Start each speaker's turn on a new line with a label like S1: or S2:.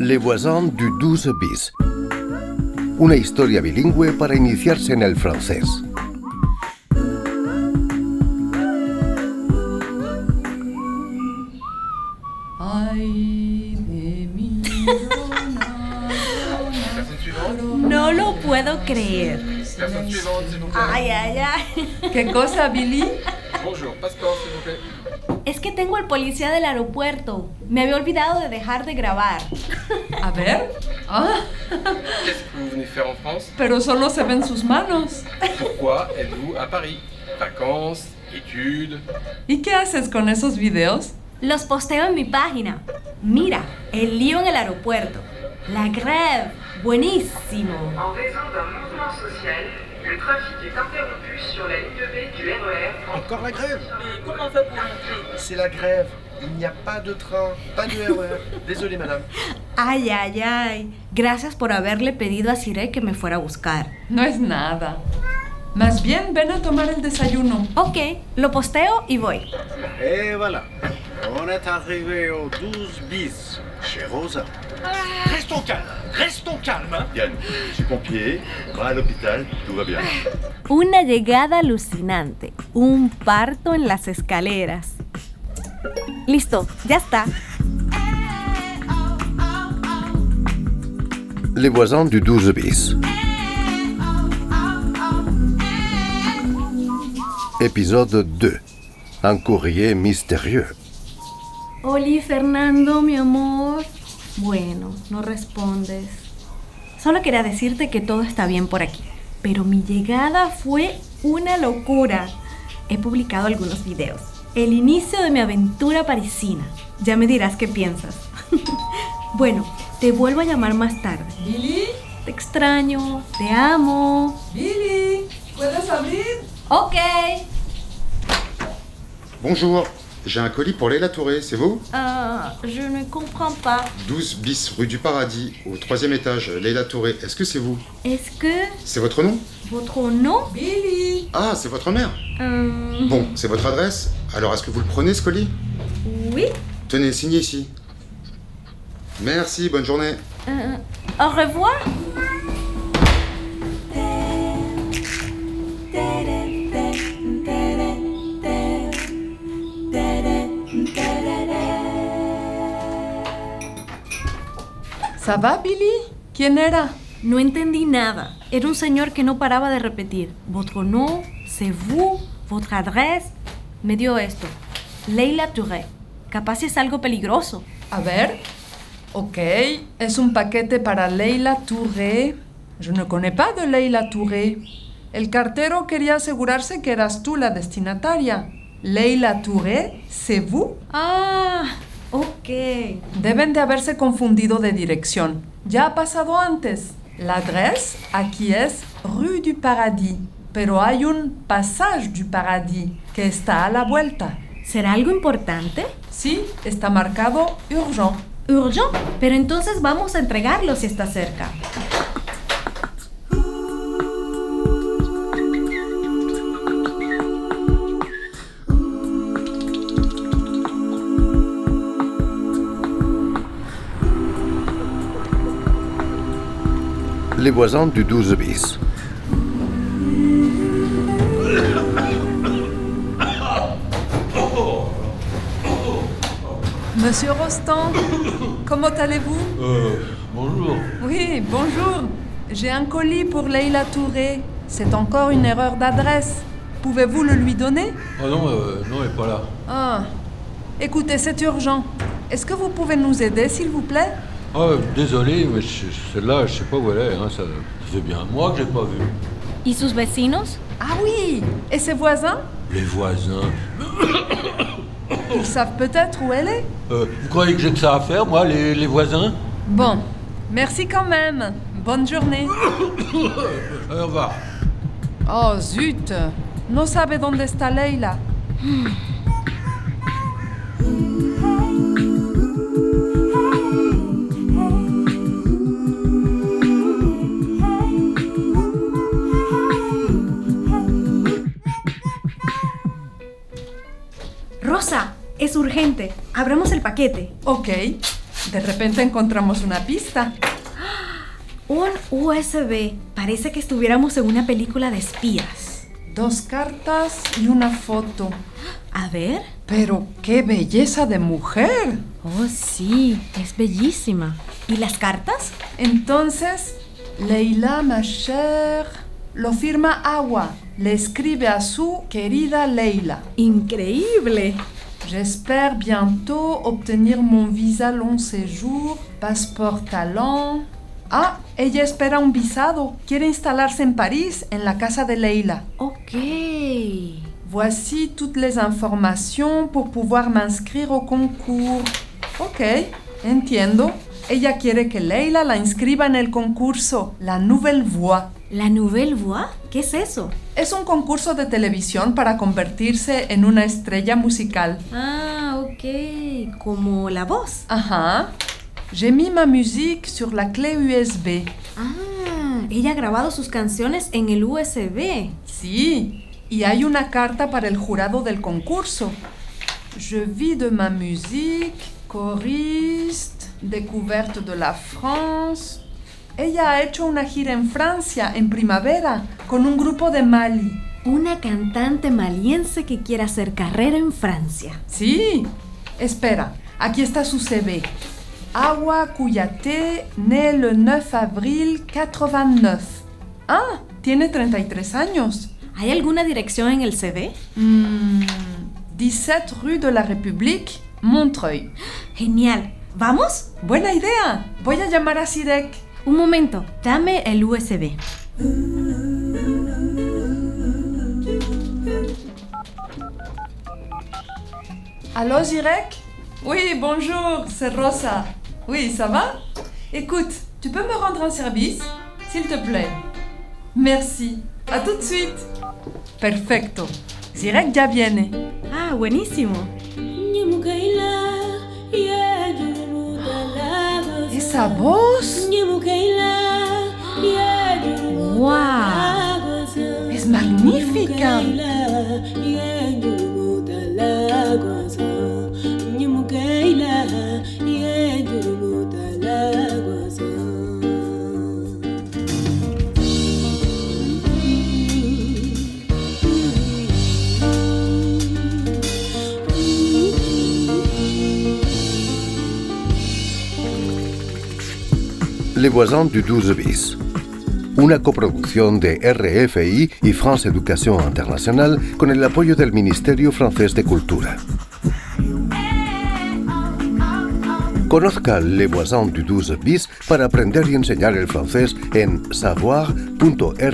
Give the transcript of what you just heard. S1: Les voisins du 12 bis. Una historia bilingüe para iniciarse en el francés.
S2: No lo puedo creer.
S3: Personne suivante, s'il vous plaît.
S2: Ay, ay, ay.
S4: ¿Qué cosa, Billy?
S3: Bonjour, passeport, s'il vous plaît.
S2: Es que tengo al policía del aeropuerto. Me había olvidado de dejar de grabar.
S4: A ver. Ah,
S3: Qu'est-ce que vous venez faire en France
S4: pero solo se ven sus manos.
S3: Pourquoi êtes-vous à Paris Vacances, études
S4: ¿Y qué haces con esos videos?
S2: Los posteo en mi página. Mira, el lío en el aeropuerto. La greve. Buenísimo.
S5: En raison d'un mouvement social, le trafic est interrompu sur la ligne B du E RER.
S6: Encore la grève
S5: Mais comment ça pour entrer
S6: C'est la grève. Il n'y a pas de train, pas de erreur. Désolé, madame.
S2: Ay, ay, ay. Gracias por haberle pedido a Siré que me fuera a buscar.
S4: No es nada. Más bien, ven a tomar el desayuno.
S2: Ok, lo posteo y voy.
S6: Et voilà. On est arrivé au 12 bis, chez Rosa.
S5: Ah.
S7: Restons calmes, restons calmes. hein.
S8: Yann, je suis pompier, va à l'hôpital, tout va bien.
S2: Una llegada alucinante. Un parto en las escaleras. Listo, ya está.
S1: Les voisins du 12 bis. Épisode 2. Un courrier mystérieux.
S2: Oli, Fernando, mi amor. Bueno, no respondes. Solo quería decirte que todo está bien por aquí. Pero mi llegada fue una locura. He publicado algunos videos. El inicio de mi aventura parisina. Ya me dirás qué piensas. bueno, te vuelvo a llamar más tarde.
S4: Billy,
S2: Te extraño, te amo.
S4: Billy, ¿puedes abrir?
S2: Ok.
S8: Bonjour, j'ai un colis pour Leila Touré, c'est vous
S2: Ah, je ne comprends pas.
S8: 12 bis rue du Paradis, au troisième étage, Leila Touré, est-ce que c'est vous
S2: Est-ce que
S8: C'est votre nom
S2: votre nom
S4: Billy.
S8: Ah, c'est votre mère
S2: Euh,
S8: Bon, c'est votre adresse, alors est-ce que vous le prenez ce colis
S2: Oui.
S8: Tenez, signez ici. Merci, bonne journée.
S2: Euh, au revoir.
S4: ¿Ça va, Billy? ¿Quién era?
S2: No entendí nada. Era un señor que no paraba de repetir. Votre nom, c'est vous, votre adresse. Me dio esto. Leila Touré. Capaz es algo peligroso.
S4: A ver. Ok, es un paquete para Leila Touré. Je ne connais pas de Leila Touré. El cartero quería asegurarse que eras tú la destinataria. Leila Touré, c'est vous?
S2: Ah, ok.
S4: Deben de haberse confundido de dirección. Ya ha pasado antes. La adresse aquí es Rue du Paradis, pero hay un Passage du Paradis que está a la vuelta.
S2: ¿Será algo importante?
S4: Sí, está marcado Urgent.
S2: Urgent. Pero entonces vamos a entregarlo si está cerca.
S1: Les voisins du 12 bis.
S4: Monsieur Rostand, comment allez-vous
S9: Euh, bonjour.
S4: Oui, bonjour. J'ai un colis pour Leila Touré. C'est encore une erreur d'adresse. Pouvez-vous le lui donner
S9: Ah non, euh, non, elle est pas là.
S4: Ah. Écoutez, c'est urgent. Est-ce que vous pouvez nous aider, s'il vous plaît
S9: Ah, euh, désolé, mais je- celle-là, je sais pas où elle est. Hein, ça, ça fait bien un mois que j'ai pas vu.
S2: ¿Y sus vecinos?
S4: Ah oui Et ses voisins
S9: Les voisins.
S4: Ils savent peut-être où elle est
S9: Euh, vous croyez que j'ai que ça à faire, moi, les, les voisins
S4: Bon, merci quand même. Bonne journée.
S9: Allez, Au revoir.
S4: Oh zut No sabe dónde está Leila.
S2: Rosa, es urgente. Abramos el paquete.
S4: Ok. De repente encontramos una pista.
S2: Un USB. Parece que estuviéramos en una película de espías.
S4: Dos cartas y una foto.
S2: A ver.
S4: Pero qué belleza de mujer.
S2: Oh, sí, es bellísima. ¿Y las cartas?
S4: Entonces, Leila, ma chère, lo firma Agua. Le escribe a su querida Leila.
S2: Increíble.
S4: J'espère bientôt obtenir mon visa long séjour, passeport talent. Ah, ella espera un visado. Quiere instalarse en París, en la casa de Leila.
S2: Ok.
S4: Voici toutes les informations pour pouvoir m'inscrire au concours. Ok, entiendo. Ella quiere que Leila la inscriba en el concurso La Nouvelle Voix.
S2: ¿La Nouvelle Voix? ¿Qué es eso?
S4: Es un concurso de televisión para convertirse en una estrella musical.
S2: Ah, ok. Como la voz.
S4: Ajá. J'ai mis ma musique sur la clé USB.
S2: Ah, ella ha grabado sus canciones en el USB.
S4: Sí, y hay una carta para el jurado del concurso. Je vis de ma musique, choriste, découverte de la France. Ella ha hecho una gira en Francia en primavera con un grupo de Mali.
S2: Una cantante maliense que quiere hacer carrera en Francia.
S4: Sí. Espera, aquí está su CV. Awa Kouyaté, née le 9 avril 89. Ah, tiene 33 años.
S2: ¿Hay alguna dirección en el CV?
S4: Mm, 17 rue de la République, Montreuil.
S2: Genial. ¿Vamos?
S4: Buena idea. Voy a llamar a Sirek.
S2: Un momento, dame el USB.
S4: Allô, Sirek Oui, bonjour, c'est Rosa. Oui, ça va Écoute, tu peux me rendre un service S'il te plaît. Merci. A tout de suite. Perfecto. Sirek ya viene.
S2: Ah, buenísimo.
S4: Esa voz
S2: ¡Wow!
S4: es magnífica.
S1: Les Voisins du 12 bis. Una coproducción de RFI y France Education International con el apoyo del Ministerio Francés de Cultura. Conozca Les Voisins du 12 bis para aprender y enseñar el francés en savoir.rfi.fr.